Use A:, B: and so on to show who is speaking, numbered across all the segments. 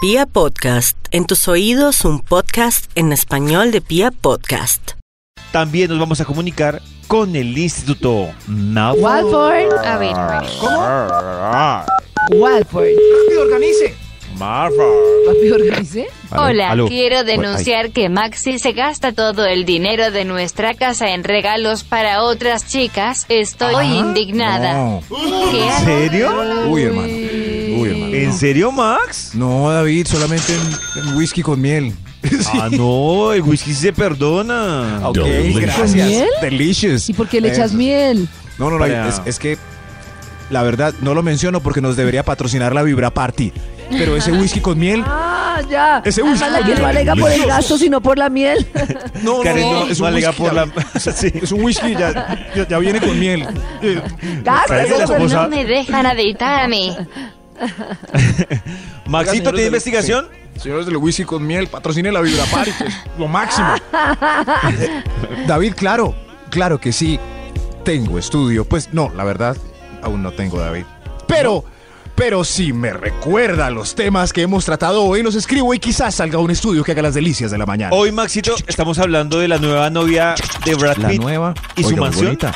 A: Pia Podcast, en tus oídos un podcast en español de Pia Podcast.
B: También nos vamos a comunicar con el Instituto Now.
C: Walford, a ver,
B: Ah,
C: a ver. Walford. Papi, organice.
D: Hola,
B: aló.
D: quiero denunciar que Maxi se gasta todo el dinero de nuestra casa en regalos para otras chicas. Estoy indignada.
E: No.
D: ¿Qué
B: ¿En
D: hago?
B: serio?
E: Uy, hermano. Uy, hermano.
B: ¿En serio, Max?
E: No, David, solamente en, en whisky con miel.
B: Ah, no, el whisky sí se
C: Ah,
B: perdona.
E: Ok,
C: ¿Con miel?
E: Delicious.
C: ¿Y por qué le
E: Eh,
C: echas miel?
E: No, no, no,
B: Para-
E: es, es que la verdad no lo menciono porque nos debería patrocinar la Vibra Party. Pero ese whisky con miel,
C: Ah, ya.
E: Ese
C: Además,
E: whisky.
C: la que no alega por el gasto, sino por la miel.
E: no, no,
B: Karen,
E: no,
B: no,
E: es
B: no
E: un
B: alega
E: whisky.
B: por la...
E: ya-
B: Sí.
E: Es un whisky, ya, ya- ya viene con miel.
B: Parece
C: Gástese,
B: la
C: Fernando.
B: esposa-
D: No me dejan editar a mí.
B: Maxito, ¿tiene investigación?
E: Señores del whisky con miel, patrocinen la Vibra Party, que es lo máximo. David, claro, claro que sí. Tengo estudio. Pues no, la verdad, aún no tengo, David. Pero, pero si me recuerda los temas que hemos tratado hoy, los escribo y quizás salga un estudio que haga las delicias de la mañana.
B: Hoy, Maxito, estamos hablando de la nueva novia de Brad Pitt. ¿Y su
E: oiga, muy
B: mansión?
E: bonita.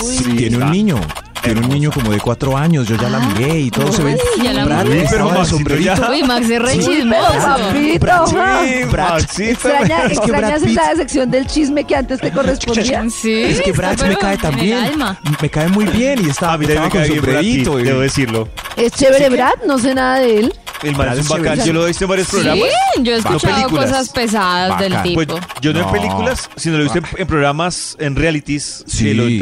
E: Sí, tiene un niño. Tiene un niño como de cuatro años. Yo ya la miré y todo se ve.
F: ya la
E: Brad
B: miré.
E: estaba
B: Pero
E: de
B: Maxito
E: sombrerito.
B: ya-
F: Uy, Max es re chismoso.
C: Papito, ah.
B: Sí, Maxito.
C: Extraña,
E: Es que Brad
C: extrañas
E: Pitt-
C: esta sección del chisme que antes te correspondía.
F: Sí.
E: Es que Brad
F: está
E: me
F: pero
E: cae tan
F: en el
E: bien.
F: alma.
E: Me cae muy bien y
B: A
E: estaba,
B: mí también
E: estaba
B: Ah, me
E: con
B: cae bien Brad Pitt,
E: sombrerito. y-
B: debo decirlo.
C: Es chévere, Brad, no sé nada de él.
B: El man
E: Brad
B: es un
E: es chévere.
B: bacán, yo lo he visto en varios
F: Sí,
B: programas.
F: yo he escuchado
B: películas.
F: cosas pesadas
E: Bacán.
F: del
B: Pues
F: tipo.
B: yo no, en
E: No.
B: películas, sino lo he visto en, en programas, en realities,
E: Sí. ¿Ah,
B: que lo Ah,
C: Así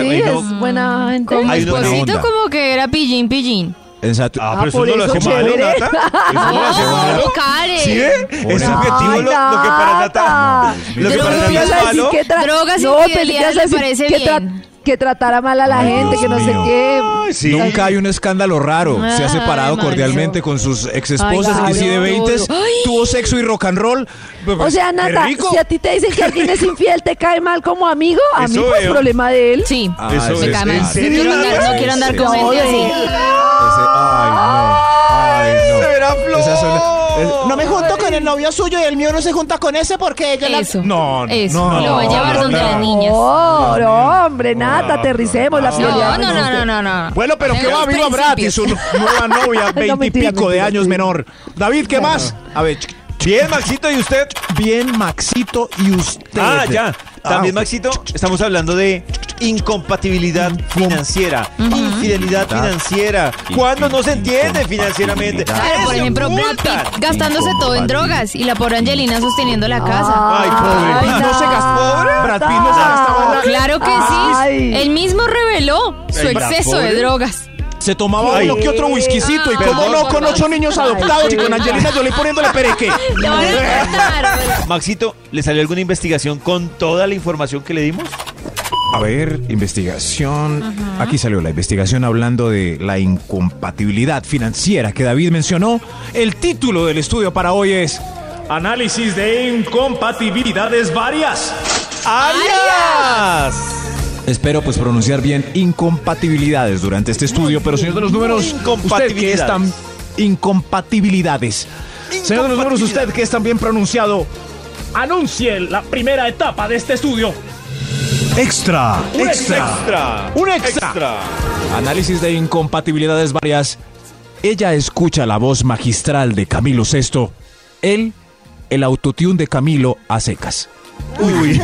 B: entrevistan. y no-
C: Ah, es, buena gente.
F: Con mi
B: Hay una buena
F: esposito
E: onda.
F: como que era pillín, pillín.
E: Exacto.
B: Ah,
C: Ah,
B: pero eso
C: por
B: no lo
C: eso
B: hace malo,
C: chévere.
B: Nata.
E: Ah,
B: Eso no lo hace malo.
F: ¡Oh, Karen!
B: ¿Sí ve?
E: Por
B: Es
E: eso.
B: objetivo lo, lo que para Nata. Lo que
F: Pero
B: para
F: no
B: Nata
F: voy a
B: es
F: decir
B: malo.
C: que tra-
F: Drogas,
C: no, pensé que ibas a
F: infidelidad, le
C: decir
F: parece
C: que, tra-
F: bien.
C: que tratara mal a la
E: Ay,
C: gente,
E: Dios
C: que no
E: mío.
C: sé qué.
B: Ay, pues, sí.
E: Nunca hay un escándalo raro. se ha
F: Ay,
E: separado
F: Maxito.
E: cordialmente con sus ex esposas
C: Ay,
E: y si de
C: claro.
E: 20 tuvo sexo y rock and roll.
C: O sea, Nata,
E: Pues, ¡Qué rico!
C: si a ti te dicen que alguien es infiel, te cae mal como amigo, a mí
B: Eso
C: pues
B: veo.
C: problema de él.
F: Sí,
E: Ah,
B: Eso
F: me
B: es,
F: cae
B: ¿en
F: mal.
B: serio,
F: Yo no,
B: Nata?
F: quiero- no quiero andar con
E: Sí,
F: gente
C: sí.
F: así.
E: Ese- ay, no. Ay, no.
B: ¡Severa Flor!
E: Esas son las- es-
G: No me junto con el novio suyo y el mío no se junta con ese porque yo la-
F: Eso.
E: No, no,
F: Eso.
E: no,
F: Lo va a llevar
E: no,
F: donde
E: no. Oh,
F: las niñas.
C: No, no, hombre, Nata, aterricemos la
F: No,
C: prioridad.
F: no, no, no, no, no.
E: Bueno, pero qué
F: Tengo
E: va,
F: los
E: amigo Brad y
F: principios.
E: su nueva novia,
C: mentira,
E: veintipico de
C: mentira,
E: años
C: sí.
E: menor. David, ¿qué más? A ver, ch-
B: Bien, Maxito, ¿y usted?
E: bien Maxito y usted.
B: Ah, ya. También,
E: Ah,
B: Maxito, estamos hablando de incompatibilidad financiera, infidelidad financiera. Cuando no se entiende financieramente?
F: Claro, por
B: Eso,
F: ejemplo, Brad
B: puta.
F: Pitt gastándose todo en drogas y la pobre Angelina sosteniendo la casa.
B: Ay, pobre.
C: Ay,
B: ¿No se gastó? ¿Pobre?
E: Brad Pitt no se gastaba nada.
F: Claro que
C: Ay.
F: sí. Él mismo reveló su
B: Ay, Brad,
F: exceso de
B: pobre.
F: drogas.
E: Se tomaba
B: Ay.
E: uno que otro whiskycito y
F: Ay,
E: cómo
F: perdón,
E: no con
F: perdón.
E: ocho niños adoptados y con Angelina Jolie poniéndole pereque.
F: Lo van a encontrar.
B: Maxito, ¿le salió alguna investigación con toda la información que le dimos?
E: A ver, investigación. Aquí salió la investigación hablando de la incompatibilidad financiera que David mencionó. El título del estudio para hoy es Análisis de incompatibilidades varias.
B: ¡Arias!
E: Espero pues pronunciar bien incompatibilidades durante este estudio, pero señor de los números, usted que es tan incompatibilidades. Señor de los números, usted que es tan bien pronunciado.
H: anuncie la primera etapa de este estudio.
E: Extra,
B: Un extra.
E: Un extra. Análisis de incompatibilidades varias. Ella escucha la voz magistral de Camilo Sesto. Él, el autotune de Camilo a secas.
B: Uy,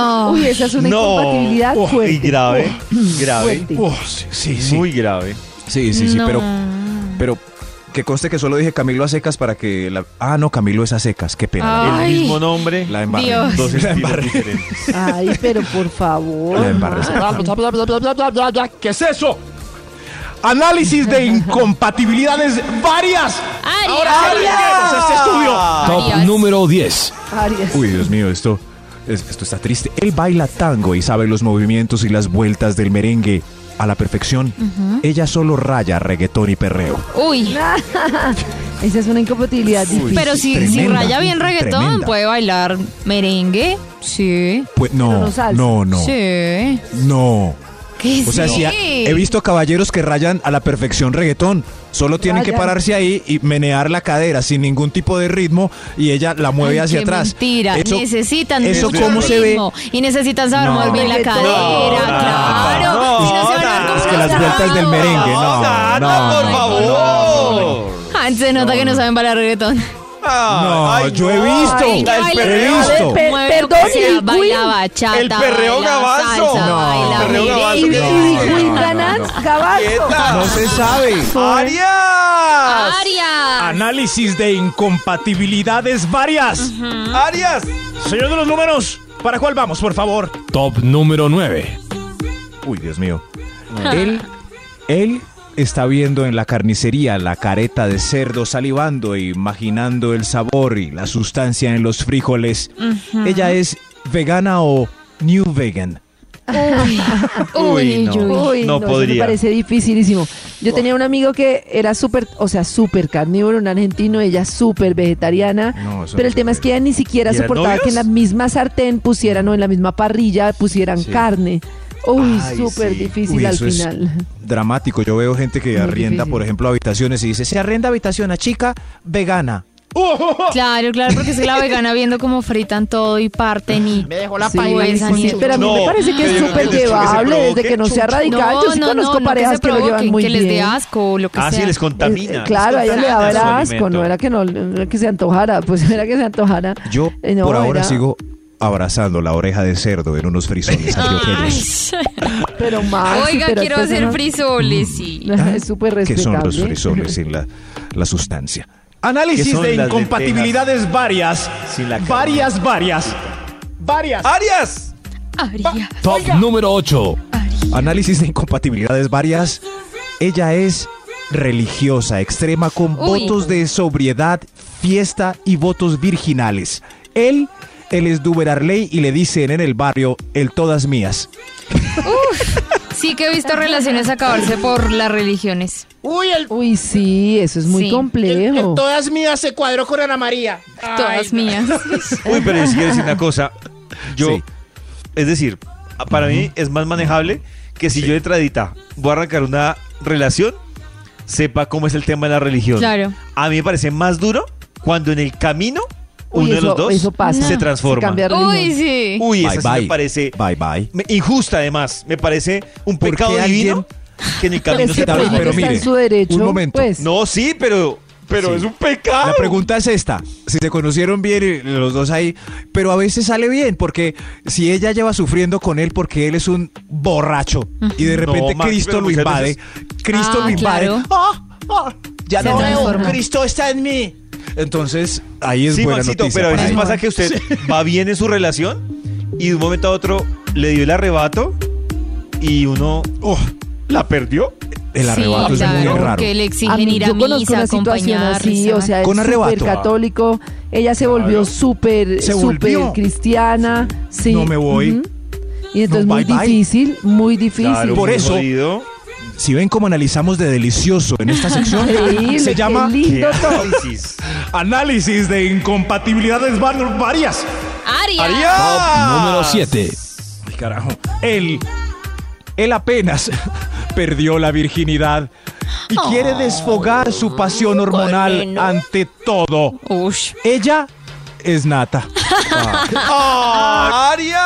F: Oh.
C: Uy, esa es una
B: no.
C: incompatibilidad
B: Uy,
C: fuerte.
B: grave, grave.
C: Fuerte.
E: Oh, sí, sí,
B: Muy grave.
E: Sí, sí, sí, pero, pero que conste que solo dije Camilo a secas para que la... Ah, no, Camilo es a secas, qué pena.
F: Ah. Ay,
B: El mismo nombre,
E: La embarré.
F: Dios.
B: dos
E: La
B: estilos
E: embarré.
B: diferentes.
C: Ay, pero por favor.
E: La embarré.
C: Ah,
H: ¿Qué es eso?
E: Análisis de incompatibilidades varias.
F: Arias.
E: arranquemos este estudio.
F: Arias.
C: Arias.
E: Uy, Dios mío, esto, es- esto está triste. Él baila tango y sabe los movimientos y las vueltas del merengue a la perfección. Ella solo raya reggaetón y perreo.
F: Uy,
C: Esa es una incompatibilidad difícil.
F: pero si, si
E: tremenda,
F: raya bien reggaetón,
E: tremenda.
F: puede bailar merengue. Sí,
E: Pues no,
C: no salsa.
E: no, no,
F: sí.
E: no.
F: ¿Qué
E: O sea,
F: sí?
E: si ha- he visto caballeros que rayan a la perfección reggaetón. Solo tienen que
C: Rayan.
E: pararse ahí y menear la cadera sin ningún tipo de ritmo y ella la mueve
F: Ay,
E: hacia
F: qué
E: atrás.
F: Mentira,
E: Eso-
F: necesitan
E: eso
F: mucho
E: cómo se ve.
F: ritmo y necesitan saber
E: No.
F: mover bien la
C: Reggaetón.
F: cadera,
B: No,
F: claro.
B: no,
F: si no se van a
B: no,
F: dar
E: Es que las
F: como
E: vueltas del
F: lado.
E: merengue, no.
B: Nata,
E: no,
B: por
E: no,
B: favor.
F: Ah, se nota que no saben bailar reggaetón.
B: Ah,
E: No, yo he
B: no.
E: visto.
F: Ay, que
B: El
F: baila-
B: perreo.
E: He visto.
C: Pe-
F: Mueve lo que
C: perdón,
F: sea,
C: Lil
F: baila
C: Queen.
F: bachata,
B: El perreo
F: baila
B: gabazo.
F: salsa,
E: No,
F: baila
E: el perreo
F: merengue.
B: gabazo
C: Y
B: que
E: No, no,
C: Queen
E: no,
C: Ganas,
E: no.
C: Gabazo.
E: No se sabe.
B: ¡Arias!
F: Arias.
E: Análisis de incompatibilidades varias.
B: ¡Arias!
H: Señor de los números, ¿para cuál vamos, por favor?
E: Top número 9. Uy, Dios mío.
C: Ah.
E: Él, él está viendo en la carnicería la careta de cerdo salivando e imaginando el sabor y la sustancia en los frijoles. Ella es vegana o new vegan.
F: Uy,
B: no.
F: uy.
C: Uy,
B: No
C: no, Eso me
B: podría.
C: parece dificilísimo. Yo tenía un amigo que era súper, o sea, súper carnívoro, un argentino, ella súper vegetariana.
E: No, eso
C: pero
E: no
C: el tema
E: se
C: es que ella ni siquiera
B: ¿Y eran
C: soportaba
B: novios?
C: que en la misma sartén pusieran o en la misma parrilla pusieran carne. Uy,
B: Ay,
C: súper
B: sí.
C: difícil
E: Uy,
C: al
E: eso es
C: final.
E: Dramático. Yo veo gente que
C: Muy
E: arrienda,
C: difícil.
E: por ejemplo, habitaciones y dice, se arrienda habitación a chica vegana.
G: Oh.
F: Claro, claro, porque es que la vegana viendo cómo fritan todo y parten y...
G: Me dejó la
C: Sí,
F: paila,
C: sí,
F: esa
C: sí,
F: mierda.
C: pero a mí
B: No,
C: me parece que
B: pero
C: es
B: yo creo que
C: súper
B: desde que se
C: llevable, desde
B: provoque,
C: que no sea
B: chun,
C: radical. yo sí conozco
F: no,
C: parejas
F: se
C: que, lo llevan
F: provoquen,
C: muy
F: que
C: bien.
F: les dé asco o lo que
B: Ah, sí,
F: sea.
B: les contamina.
C: Eh, claro, a
B: les
C: ella le daba
B: contamina su
C: era asco,
B: alimento.
C: no era que no, no era que se antojara, pues no era que se antojara.
E: Yo
C: Eh, no,
E: por ahora
C: era-
E: sigo abrazando la oreja de cerdo en unos frisoles
F: Ay,
E: antioqueños.
C: Ah, Pero pues más.
F: oiga, quiero hacer frisoles, sí.
C: Es súper
E: ¿Ah? que
C: respetable.
E: son los frisoles en la, la sustancia. Análisis
B: ¿Qué son
E: de
B: las
E: incompatibilidades varias.
B: Sin la carne.
E: varias, varias. Varias.
B: ¡Arias!
C: Mm.
F: Aria,
E: Top número 8.
F: Aria.
E: Análisis de incompatibilidades varias. Ella es religiosa, extrema, con
F: Uy.
E: votos de sobriedad, fiesta y votos virginales. Él, él es Duberarley y le dicen en el barrio, el todas mías.
F: Sí que he visto relaciones acabarse por las religiones.
G: Uy, el,
C: Uy, sí, eso es muy
F: Sí.
G: el- el
C: complejo. Pues,
G: todas mías se cuadró con Ana María. Ay,
F: Todas
G: no.
F: mías.
B: Uy, pero les quiero decir una cosa. Yo,
E: Sí.
B: es decir, para mí es más manejable que si yo de tradita voy a arrancar una relación, sepa cómo es el tema de la religión.
F: Claro.
B: A mí me parece más duro cuando en el camino
C: Uy,
B: uno de
C: eso-
B: los dos
C: eso pasa.
B: se
C: No.
B: transforma.
C: Se cambia religión.
F: Uy, sí.
B: Uy,
E: Bye,
B: eso sí
E: bye.
B: me parece
E: Bye, bye.
B: me- injusta además. Me parece un
E: ¿Por qué
B: pecado
E: alguien-
B: divino que en el
C: Pero
B: camino
C: es
B: se
C: que
E: David,
C: pues,
B: transforma.
E: pero
C: está
E: mire,
C: en su derecho,
E: un momento.
C: pues.
B: No, sí, pero, pero
E: Sí.
B: es un pecado.
E: La pregunta es esta, si se conocieron bien eh, los dos ahí, pero a veces sale bien, porque si ella lleva sufriendo con él porque él es un borracho y de repente
B: Max,
E: Cristo
B: pero
E: lo
B: muchas
E: invade, Cristo
F: Ah,
E: lo invade,
F: claro.
E: ¡ah! ¡ah! ya
F: Se
E: no veo,
F: transforma.
E: Cristo está en mí. Entonces, ahí es
B: sí,
E: buena
B: Maxito,
E: noticia.
B: pero a
E: para
B: veces
E: ella.
B: pasa que usted va bien en su relación y de un momento a otro le dio el arrebato y uno uf, la perdió.
E: el arrebato
F: sí,
E: es muy
F: claro,
E: raro.
F: Que le
C: A
F: exigen
C: mí-
F: ir a
C: yo conozco
F: misa,
C: una situación
F: acompañar.
C: así, o sea, es
E: Con arrebato. ah.
C: súper católico. Ella se volvió súper,
E: Se
C: súper
E: volvió.
C: cristiana. Sí.
E: No me voy.
C: Ujú. Y entonces
E: No,
C: muy
E: bye, bye.
C: difícil, muy difícil.
B: Claro,
E: Por
B: muy
E: eso-
B: jodido.
E: Si ven cómo analizamos de delicioso en esta sección,
C: Increíble,
E: se
C: qué
E: llama
B: Qué
C: lindo todo.
B: análisis.
E: Análisis de Incompatibilidades var- Varias.
F: Aria.
B: número
E: 7. Ay, carajo. Él. Él apenas perdió la virginidad y quiere desfogar su pasión hormonal
F: bueno.
E: ante todo.
F: Ush.
E: Ella es nata. Ah,
B: ¡Arias!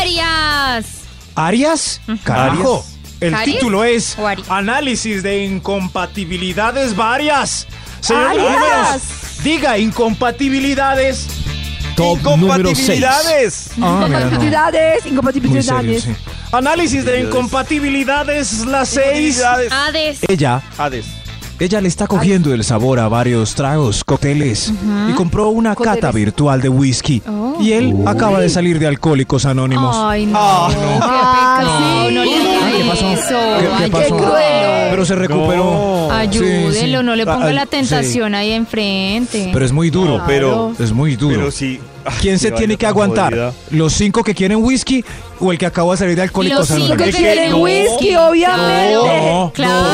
F: Arias.
E: ¿Arias? Carajo.
B: Arias.
E: El
F: ¿Caries?
E: título es
F: ¿O Arias?
E: Análisis de Incompatibilidades Varias. Señor de los
C: ¡Arias!
E: números, diga incompatibilidades.
B: Incompatibilidades.
E: Ah, mira, no.
C: Incompatibilidades,
E: Muy serio,
C: incompatibilidades.
E: sí. Análisis de incompatibilidades, la 6.
B: Felicidades.
C: Ah.
F: Hades.
E: Ella,
B: Hades.
E: ella le está cogiendo el sabor a varios tragos, cócteles y compró una cata
C: Cócteles.
E: virtual de whisky. Y él acaba de salir de Alcohólicos Anónimos.
F: Oh. Ay, no.
B: Ah,
F: Qué pecado. No le
E: Ay, ¿qué
F: hagan
E: pasó?
F: eso.
E: ¿Qué- qué
F: Ay,
E: pasó?
C: cruel.
E: Pero se recuperó.
B: No.
E: Sí, sí.
F: Ayúdenlo, no le
E: Ah,
F: ponga
E: ah,
F: la
E: sí.
F: tentación ahí enfrente.
E: Pero es muy duro.
B: No, pero,
E: Es muy duro.
B: pero sí,
E: ¿Quién
B: Qué
E: se tiene
B: vaina
E: que
B: tan
E: aguantar?
B: jodida.
E: ¿Los cinco que quieren whisky o el que acaba de salir de alcohólico?
F: Los cinco
C: que
F: que
C: quieren
F: quieren
C: whisky,
F: whisky,
C: obviamente.
E: no, no,
F: claro.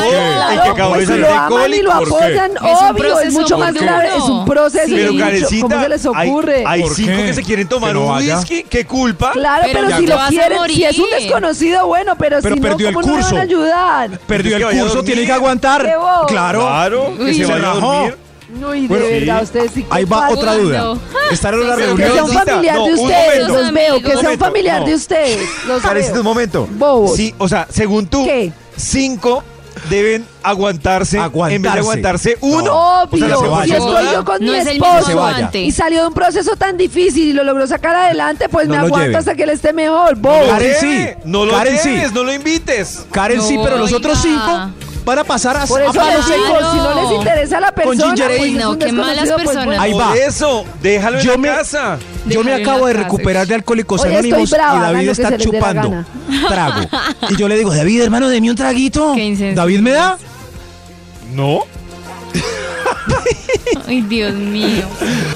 B: Ay, que acabo
C: pues
B: de salir
C: si lo
B: de
C: aman y lo
E: ¿por qué?
C: apoyan,
F: Es un
C: obvio, es
F: proceso
C: mucho más
F: muy
C: grave,
F: duro.
C: es un proceso.
F: Sí.
C: y
B: Pero
C: dicho,
B: Karencita,
C: ¿Cómo se les
B: hay-
C: ocurre?
B: Hay,
E: ¿Por
B: cinco
E: qué?
B: que se quieren tomar
E: Que no
B: un
E: vaya.
B: whisky, ¿qué culpa?
C: Claro,
F: Pero
C: pero,
F: ya
C: si
F: te
C: lo
F: vas a
C: quieren,
F: morir.
C: si es un desconocido, bueno, pero,
E: Pero
C: si no,
E: perdió el
C: ¿cómo no le
E: curso.
C: van a ayudar?
B: ¿Entonces que
E: Perdió el
B: vaya a
E: curso,
B: dormir?
E: tiene que aguantar.
C: ¡Qué bobo!
E: Claro.
B: Claro, que
E: Uy,
B: se
E: se
B: vaya a
E: rajó.
B: dormir.
C: No, y de
E: Bueno, sí.
C: verdad, ustedes sí que
E: Ahí va
C: pasan.
E: otra duda.
F: Jugando.
E: Estar en una
B: Sí, sí,
C: Que sea
E: reunión.
C: un familiar
B: No,
C: de
B: un
C: ustedes,
B: momento.
C: los veo, que
F: Un
C: sea un
B: momento,
C: familiar
B: no.
C: de ustedes, los
B: Karencita,
C: veo.
B: un momento.
C: Bobos.
B: Sí, o sea, según tú,
C: ¿Qué?
B: cinco deben aguantarse, en vez de
E: Aguantarse.
B: aguantarse uno.
C: Obvio,
E: O sea, se
C: si
E: vaya.
C: estoy yo con
F: No
C: mi
F: es el mismo
C: esposo
E: aguante.
C: y salió de un proceso tan difícil y lo logró sacar adelante, pues
E: No
C: me
E: lo
C: aguanto
E: lleve.
C: hasta que él esté mejor. Bobo.
E: Karen sí.
B: No lo
E: Karen
B: lleves,
E: sí.
B: no lo invites.
E: Karen sí,
F: No,
E: pero los
F: oiga.
E: otros cinco van a pasar a,
C: Por eso
E: a palo
C: les
E: seco.
C: digo,
F: Ah, claro.
C: si no les interesa la persona,
E: ginger
C: pues
E: ale.
C: es un
F: No, qué malas
C: desconocido, pues,
F: personas.
C: bueno.
E: Ahí va.
B: Por eso, déjalo en
E: Yo
B: la
E: me-
B: casa.
E: Yo me
F: Déjale
E: acabo de
F: las frases.
E: recuperar de Alcohólicos
C: Oye, estoy
E: Anónimos
C: brava,
E: y
C: hagan
E: David
C: lo que
E: está
C: se les dé la
E: chupando
C: gana.
E: trago. Y yo le digo, David, hermano, deme un traguito.
F: Qué insensible.
E: David me da.
B: No.
F: Ay, Dios mío.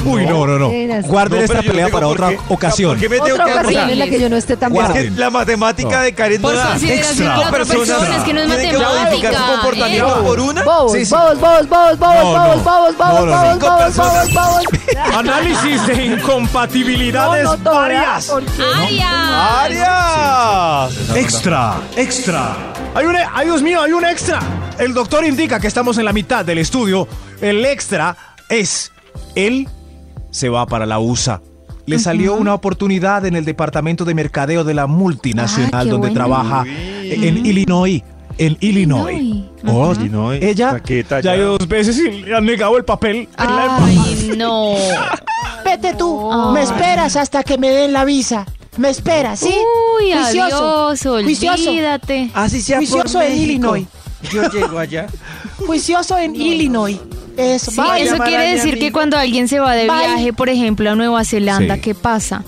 E: Uy, no, no, no.
C: Eras.
E: Guarden
B: No, pero
E: esta
B: yo
E: pelea
B: digo,
E: para
B: ¿por
E: otra
B: qué?
E: ocasión.
B: ¿Por qué me tengo
C: Otra
B: que
C: ocasión
B: aguantar?
C: en la que yo no esté tan
E: Guarda.
C: brava.
B: Es que la matemática
E: No.
B: de Karen no
F: Por
B: da.
F: consideración a la otra
B: Extra.
F: persona, es que no es
B: Tiene
F: matemática,
B: modificar su
F: ¿eh?
B: comportamiento por una.
C: Bobos,
E: Sí, sí.
C: bobos, bobos, bobos, bobos,
E: No,
C: bobos,
E: no.
C: bobos, bobos,
E: No, no, no.
C: bobos,
B: Cinco
C: bobos, bobos,
B: personas.
C: bobos.
H: Análisis de incompatibilidades
C: No, no, todas,
H: varias.
C: porque-
F: ¡Aria!
B: ¡Arias!
E: Extra, extra. Hay un, e, ay Dios mío, hay un extra. El doctor indica que estamos en la mitad del estudio. El extra es él se va para la USA. Le salió una oportunidad en el departamento de mercadeo de la multinacional
F: Ah, qué
E: donde
F: bueno.
E: trabaja en Illinois. En Illinois.
F: Illinois.
E: Oh,
B: Illinois.
E: Ella
B: Chaqueta,
E: ya ha
B: ya.
E: ido dos veces y le han negado el papel.
F: Ay, no.
G: Vete tú.
F: Ay.
G: Me esperas hasta que me den la visa. Me esperas, ¿sí?
F: Uy,
G: Juicioso,
F: adiós,
G: juicioso.
F: olvídate.
B: Así sea
G: Juicioso en Illinois.
B: Yo llego allá.
G: Juicioso en Illinois. Eso,
F: Sí,
G: vaya.
F: eso quiere decir que cuando alguien se va de
G: Bye.
F: viaje, por ejemplo, a Nueva Zelanda,
E: Sí.
F: ¿qué pasa?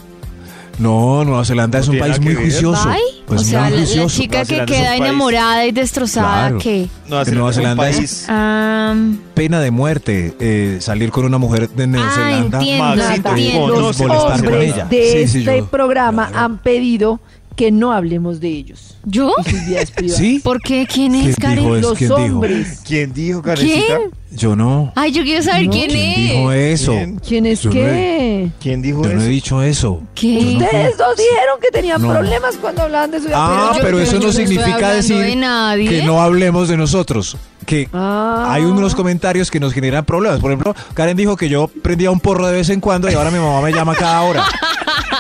E: No, Nueva Zelanda es un
B: tiene
E: país
B: nada
E: muy
B: que ver.
E: juicioso.
F: Bye.
E: Pues
F: o sea,
E: muy
F: la, la
E: juicioso.
F: chica
B: Nueva
F: que
B: Zelanda es un
F: queda
B: país.
F: enamorada y destrozada,
E: Claro.
F: ¿qué?
B: No,
E: En Nueva Zelanda es-
F: Ah,
E: pena de muerte eh, salir con una mujer de Nueva
F: Ah,
E: Zelanda.
F: entiendo,
B: Maxito,
F: entiendo.
B: no
C: Los
B: se molestar con
C: hombres
E: ella.
C: de
E: Sí, sí,
C: este
E: yo-
C: programa
E: claro.
C: han pedido que no hablemos de ellos.
F: ¿Yo?
C: Sus vidas privadas.
E: ¿Sí?
F: ¿Por qué? ¿Quién
E: ¿Quién
F: es,
E: dijo
F: Karen?
E: eso?
C: Los
E: ¿Quién dijo?
C: hombres.
B: ¿Quién dijo, Karencita?
F: ¿Quién?
E: Yo no.
F: Ay, yo quiero saber quién,
E: ¿Quién
F: es.
E: dijo eso?
B: ¿Quién?
C: ¿Quién es
E: Yo no
C: qué?
E: he-
B: ¿Quién dijo
E: Yo no he
B: eso?
E: dicho eso.
F: ¿Qué?
E: Yo no-
C: Ustedes dos dijeron que tenían
E: No.
C: problemas cuando hablaban de su vida
E: Ah,
C: privada.
F: Yo-
E: pero
F: yo-
E: eso
F: yo
E: no
F: no estoy
E: significa
F: hablando
E: decir
F: de nadie.
E: que no hablemos de nosotros. Que
C: Ah.
E: hay unos comentarios que nos generan problemas. Por ejemplo, Karen dijo que yo prendía un porro de vez en cuando y ahora mi mamá me llama cada hora.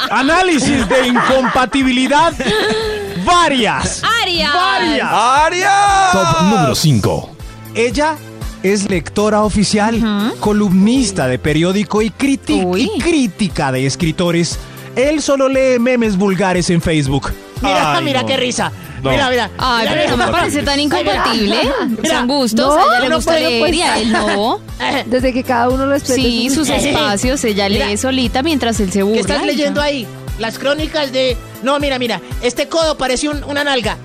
H: Análisis de incompatibilidad varias.
F: ¡Aria!
H: Varias.
B: ¡Arias!
E: número 5. Ella es lectora oficial, columnista de periódico y, criti-
F: Uy.
E: y crítica de escritores. Él solo lee memes vulgares en Facebook.
G: Mira,
B: Ay,
G: mira
B: no.
G: qué risa.
B: No.
G: Mira, mira.
F: Ay,
G: Mira,
F: pero no
G: mira.
F: me parece tan incompatible.
G: Mira.
F: Son gustos,
C: No,
F: a ella le
C: no,
F: gusta
C: pero
F: leer
C: pues-
F: y a él no.
C: Desde que cada uno respete
F: Sí, sus espacios, ella lee solita mientras él se burla.
G: ¿Qué estás
F: y ya.
G: leyendo ahí? Las crónicas de... No, mira, mira. Este codo parece un- una nalga.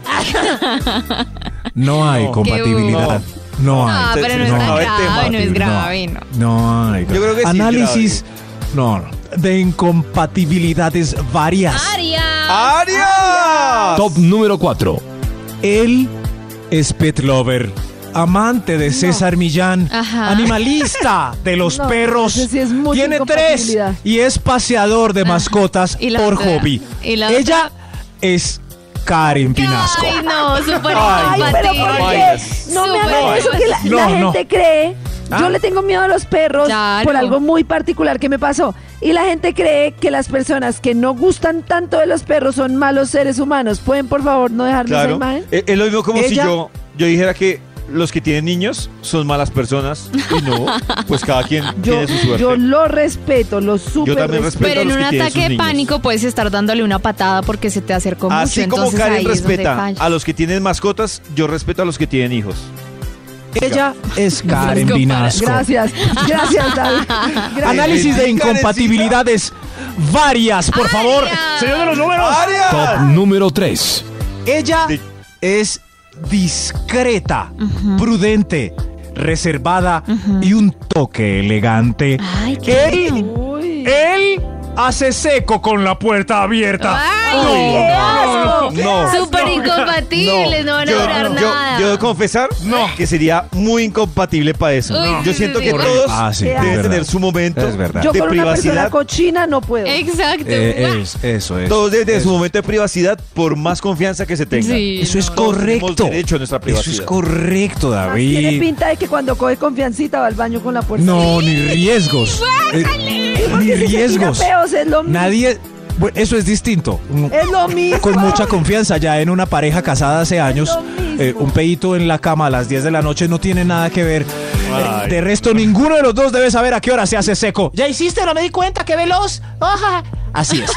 E: No hay
B: No.
E: compatibilidad. No, hay.
F: Ah, pero no es
B: Se
F: tan
B: acaba el
F: grave,
B: tema,
F: no es grave, no.
E: No hay.
B: Yo creo que sí,
E: Análisis. no, no, de incompatibilidades varias.
F: Ah,
G: Ah,
F: ¡Aria!
B: ¡Arias!
E: número 4. Él es pet lover. Amante de César Millán,
F: Ajá.
E: animalista de los
C: No,
E: perros,
C: ese sí es mucha
E: tiene tres
C: incompatibilidad.
E: y es paseador de mascotas
F: Y la
E: por
F: otra,
E: hobby.
F: y la
E: Ella es Karen Pinasco.
F: Ay, no, súper
B: Ay,
C: Ay, pero ¿por
F: incompatible.
C: qué?
B: Vainas.
C: No me
F: Súper
C: hagan eso que la,
E: No,
C: la
E: no.
C: gente cree. Yo
E: Ah.
C: le tengo miedo a los perros
F: Claro.
C: por algo muy particular que me pasó. Y la gente cree que las personas que no gustan tanto de los perros son malos seres humanos. ¿Pueden, por favor, no dejarnos esa
B: Claro.
C: imagen?
B: Es, es lo mismo como si
E: Ella-
B: yo, yo dijera que los que tienen niños son malas personas y no, pues cada quien
C: Yo,
B: tiene su suerte.
C: yo lo respeto, lo super
B: también respeto.
F: Pero en
B: los
F: un
B: que tienen sus
F: ataque de
B: niños.
F: pánico puedes estar dándole una patada porque se te acercó mucho.
B: Así como
F: entonces ahí
B: Karen
F: es donde
B: respeta
F: falla.
B: a los que tienen mascotas, yo respeto a los que tienen hijos.
E: Ella es Karen
F: Pinasco.
E: Pinasco.
C: Gracias, gracias, David. Gracias.
E: Análisis de incompatibilidades varias, por favor.
H: Señor de los números.
B: ¡Arias!
E: número 3. Ella
B: De-
E: es discreta, prudente, reservada y un toque elegante.
F: Ah. Ay, qué
E: Él,
B: Eh,
F: bueno.
C: Uy.
E: él hace seco con la puerta abierta.
F: ¡Ay,
E: No,
F: qué asco!
B: no, no.
F: Súper incompatibles, no, van a
B: yo,
F: durar
B: yo-
F: nada.
B: yo debo confesar que sería muy incompatible para eso.
F: Uy, sí,
B: yo
F: sí,
B: siento
F: sí.
B: que
F: Por-
B: todos
E: Ah, sí,
C: es
B: deben
E: verdad.
B: tener su momento
E: Es verdad.
C: Yo
B: de
C: con una persona
B: privacidad.
C: cochina no puedo.
F: Exacto.
E: Eh, es- eso es.
B: Todos deben tener su momento de privacidad por más confianza que se tenga.
F: Sí.
E: Eso es
B: Todos tenemos
E: correcto.
B: derecho a nuestra
E: Eso es
B: privacidad.
E: correcto,
C: Además, Tiene
E: David.
C: pinta de que cuando coge confiancita va al baño con la puerta.
E: No, ni riesgos. Eh,
C: porque
E: Ni
C: si se tira
E: riesgos.
C: peos, es lo mismo.
E: Nadie. Bueno, eso es distinto.
C: Es lo mismo.
E: Con mucha confianza, ya en una pareja casada hace años,
C: mismo.
E: eh, un pedito en la cama a las 10 de la noche no tiene nada que ver. Eh,
B: Ay.
E: De resto, ninguno de los dos debe saber a qué hora se hace seco.
G: ¿Ya hiciste? No me di cuenta, qué veloz. Ajá.
E: Así es.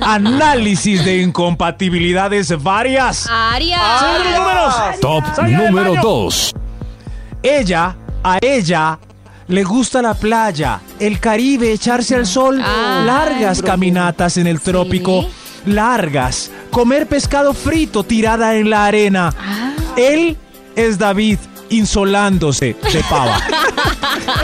E: Análisis de incompatibilidades varias.
F: Arias.
I: Top número 2.
E: Ella, a ella, le gusta la playa, el Caribe, echarse al sol,
C: Ah,
F: Ay,
E: largas caminatas en el trópico, largas, comer pescado frito tirada en la arena.
C: Ah.
E: Él es David, insolándose de pava.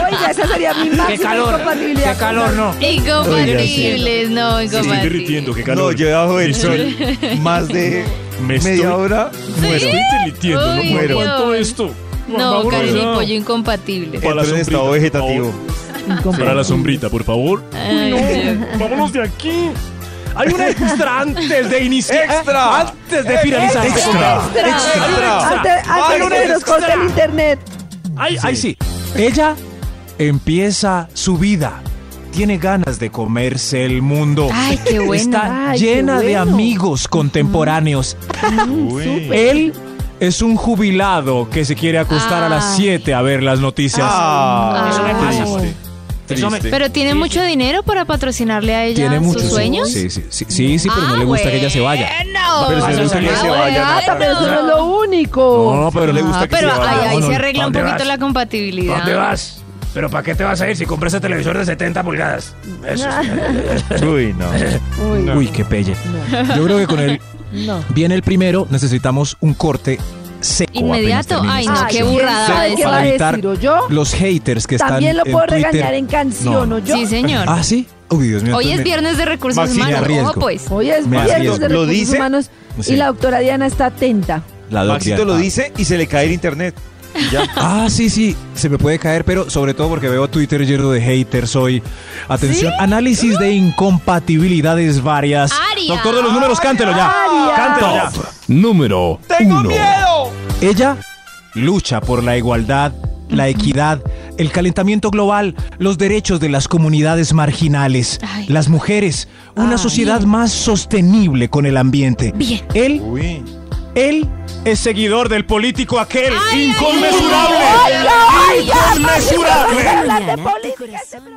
C: Oiga, esa sería mi máxima incompatibilidad. con David.
F: Incompatibles, no, incompatibles.
I: qué
B: No, yo bajo el
I: Sí.
B: sol más de
I: Me
B: media
I: estoy-
B: hora muero.
I: derritiendo,
F: Uy,
I: me
B: Dios.
I: aguanto esto.
F: No,
I: Vámonos
F: Karen
I: ya.
F: y pollo incompatible.
I: Para la
B: Entro en estado
I: sombrita,
B: vegetativo.
I: Para la sombrita, por favor.
H: Vámonos de aquí.
E: Hay un extra antes de
B: ah,
E: iniciar.
B: Extra.
E: Antes de finalizar. este
C: Extra.
E: programa.
B: Extra.
C: Antes,
E: Ay,
C: antes de que
E: extra.
C: nos corte el internet.
B: Eh,
E: Ay, ay, sí. Ella empieza su vida. Tiene ganas de comerse el mundo.
F: Ay, qué bueno.
E: Está
C: Ay, Ah, qué
E: llena de
C: bueno.
E: amigos contemporáneos.
F: Pues
E: Él es un jubilado que se quiere acostar a las
F: Ay.
E: 7 a ver las noticias.
B: Ah,
F: Eso me pasa.
B: triste,
I: Eso me-
B: triste.
F: Pero tiene mucho dinero para patrocinarle a ella
E: Tiene
F: sus
E: muchos
F: sueños.
E: Sí, sí, sí, sí, sí, pero no
F: Ah,
E: le gusta que ella se vaya.
F: bueno.
B: Pero si le gusta que ella se vaya,
F: Ah,
C: Nata, pero eso no
F: bueno.
C: es lo único.
E: No, pero le gusta
F: Ah,
E: que
F: pero
E: se vaya.
F: ahí, ahí
E: Vámonos.
F: se arregla un
I: ¿Dónde
F: poquito
I: vas?
F: la compatibilidad.
I: ¿Dónde vas? ¿Pero para qué te vas a ir si compras el televisor de 70 pulgadas? Eso
C: Ah,
I: es-
B: Uy, no.
C: Uy,
E: Uy, qué pelle. Yo creo que con él
C: no.
E: viene el primero. Necesitamos un corte seco. apenas
F: Inmediato.
E: termine
F: Ay,
E: esta
F: no,
C: Ay,
F: qué
E: sección.
C: ¿quién
F: burrada.
C: sabe
F: esa.
C: qué va a
E: Para evitar
C: decir, yo?
E: Los haters que
C: También
E: están
C: lo puedo
E: en Twitter.
C: regañar en canción,
E: No.
C: ¿o yo?
F: Sí, señor.
E: ¿Ah, sí? Uy, Dios mío.
F: Hoy es
E: entonces me-
F: viernes de recursos
B: Maxine,
F: humanos.
E: arriesgo.
F: Ojo, pues.
C: Hoy es
E: Me
C: viernes de
E: arriesgo.
B: ¿Lo
C: recursos
B: dice?
C: humanos
E: Sí.
C: y la doctora Diana está atenta.
E: La Ah. doc
B: Maxito
E: Diana.
B: lo dice y se le cae el internet. Y ya.
E: Ah, sí, sí, se me puede caer, pero sobre todo porque veo Twitter lleno de haters hoy. Atención, análisis de incompatibilidades varias.
F: Aria.
E: Doctor de los números, cántelo ya.
C: Aria.
E: Cántelo ya.
I: Top número 1.
E: Ella lucha por la igualdad, la equidad, el calentamiento global, los derechos de las comunidades marginales,
F: Ay.
E: las mujeres, una
F: Ah,
E: sociedad más sostenible con el ambiente.
F: Bien.
E: Él,
B: Uy.
E: él es seguidor del político aquel
F: Ay, ay,
E: inconmensurable.
F: ay, ay,
E: inconmensurable.
C: Hablar de política, este programa.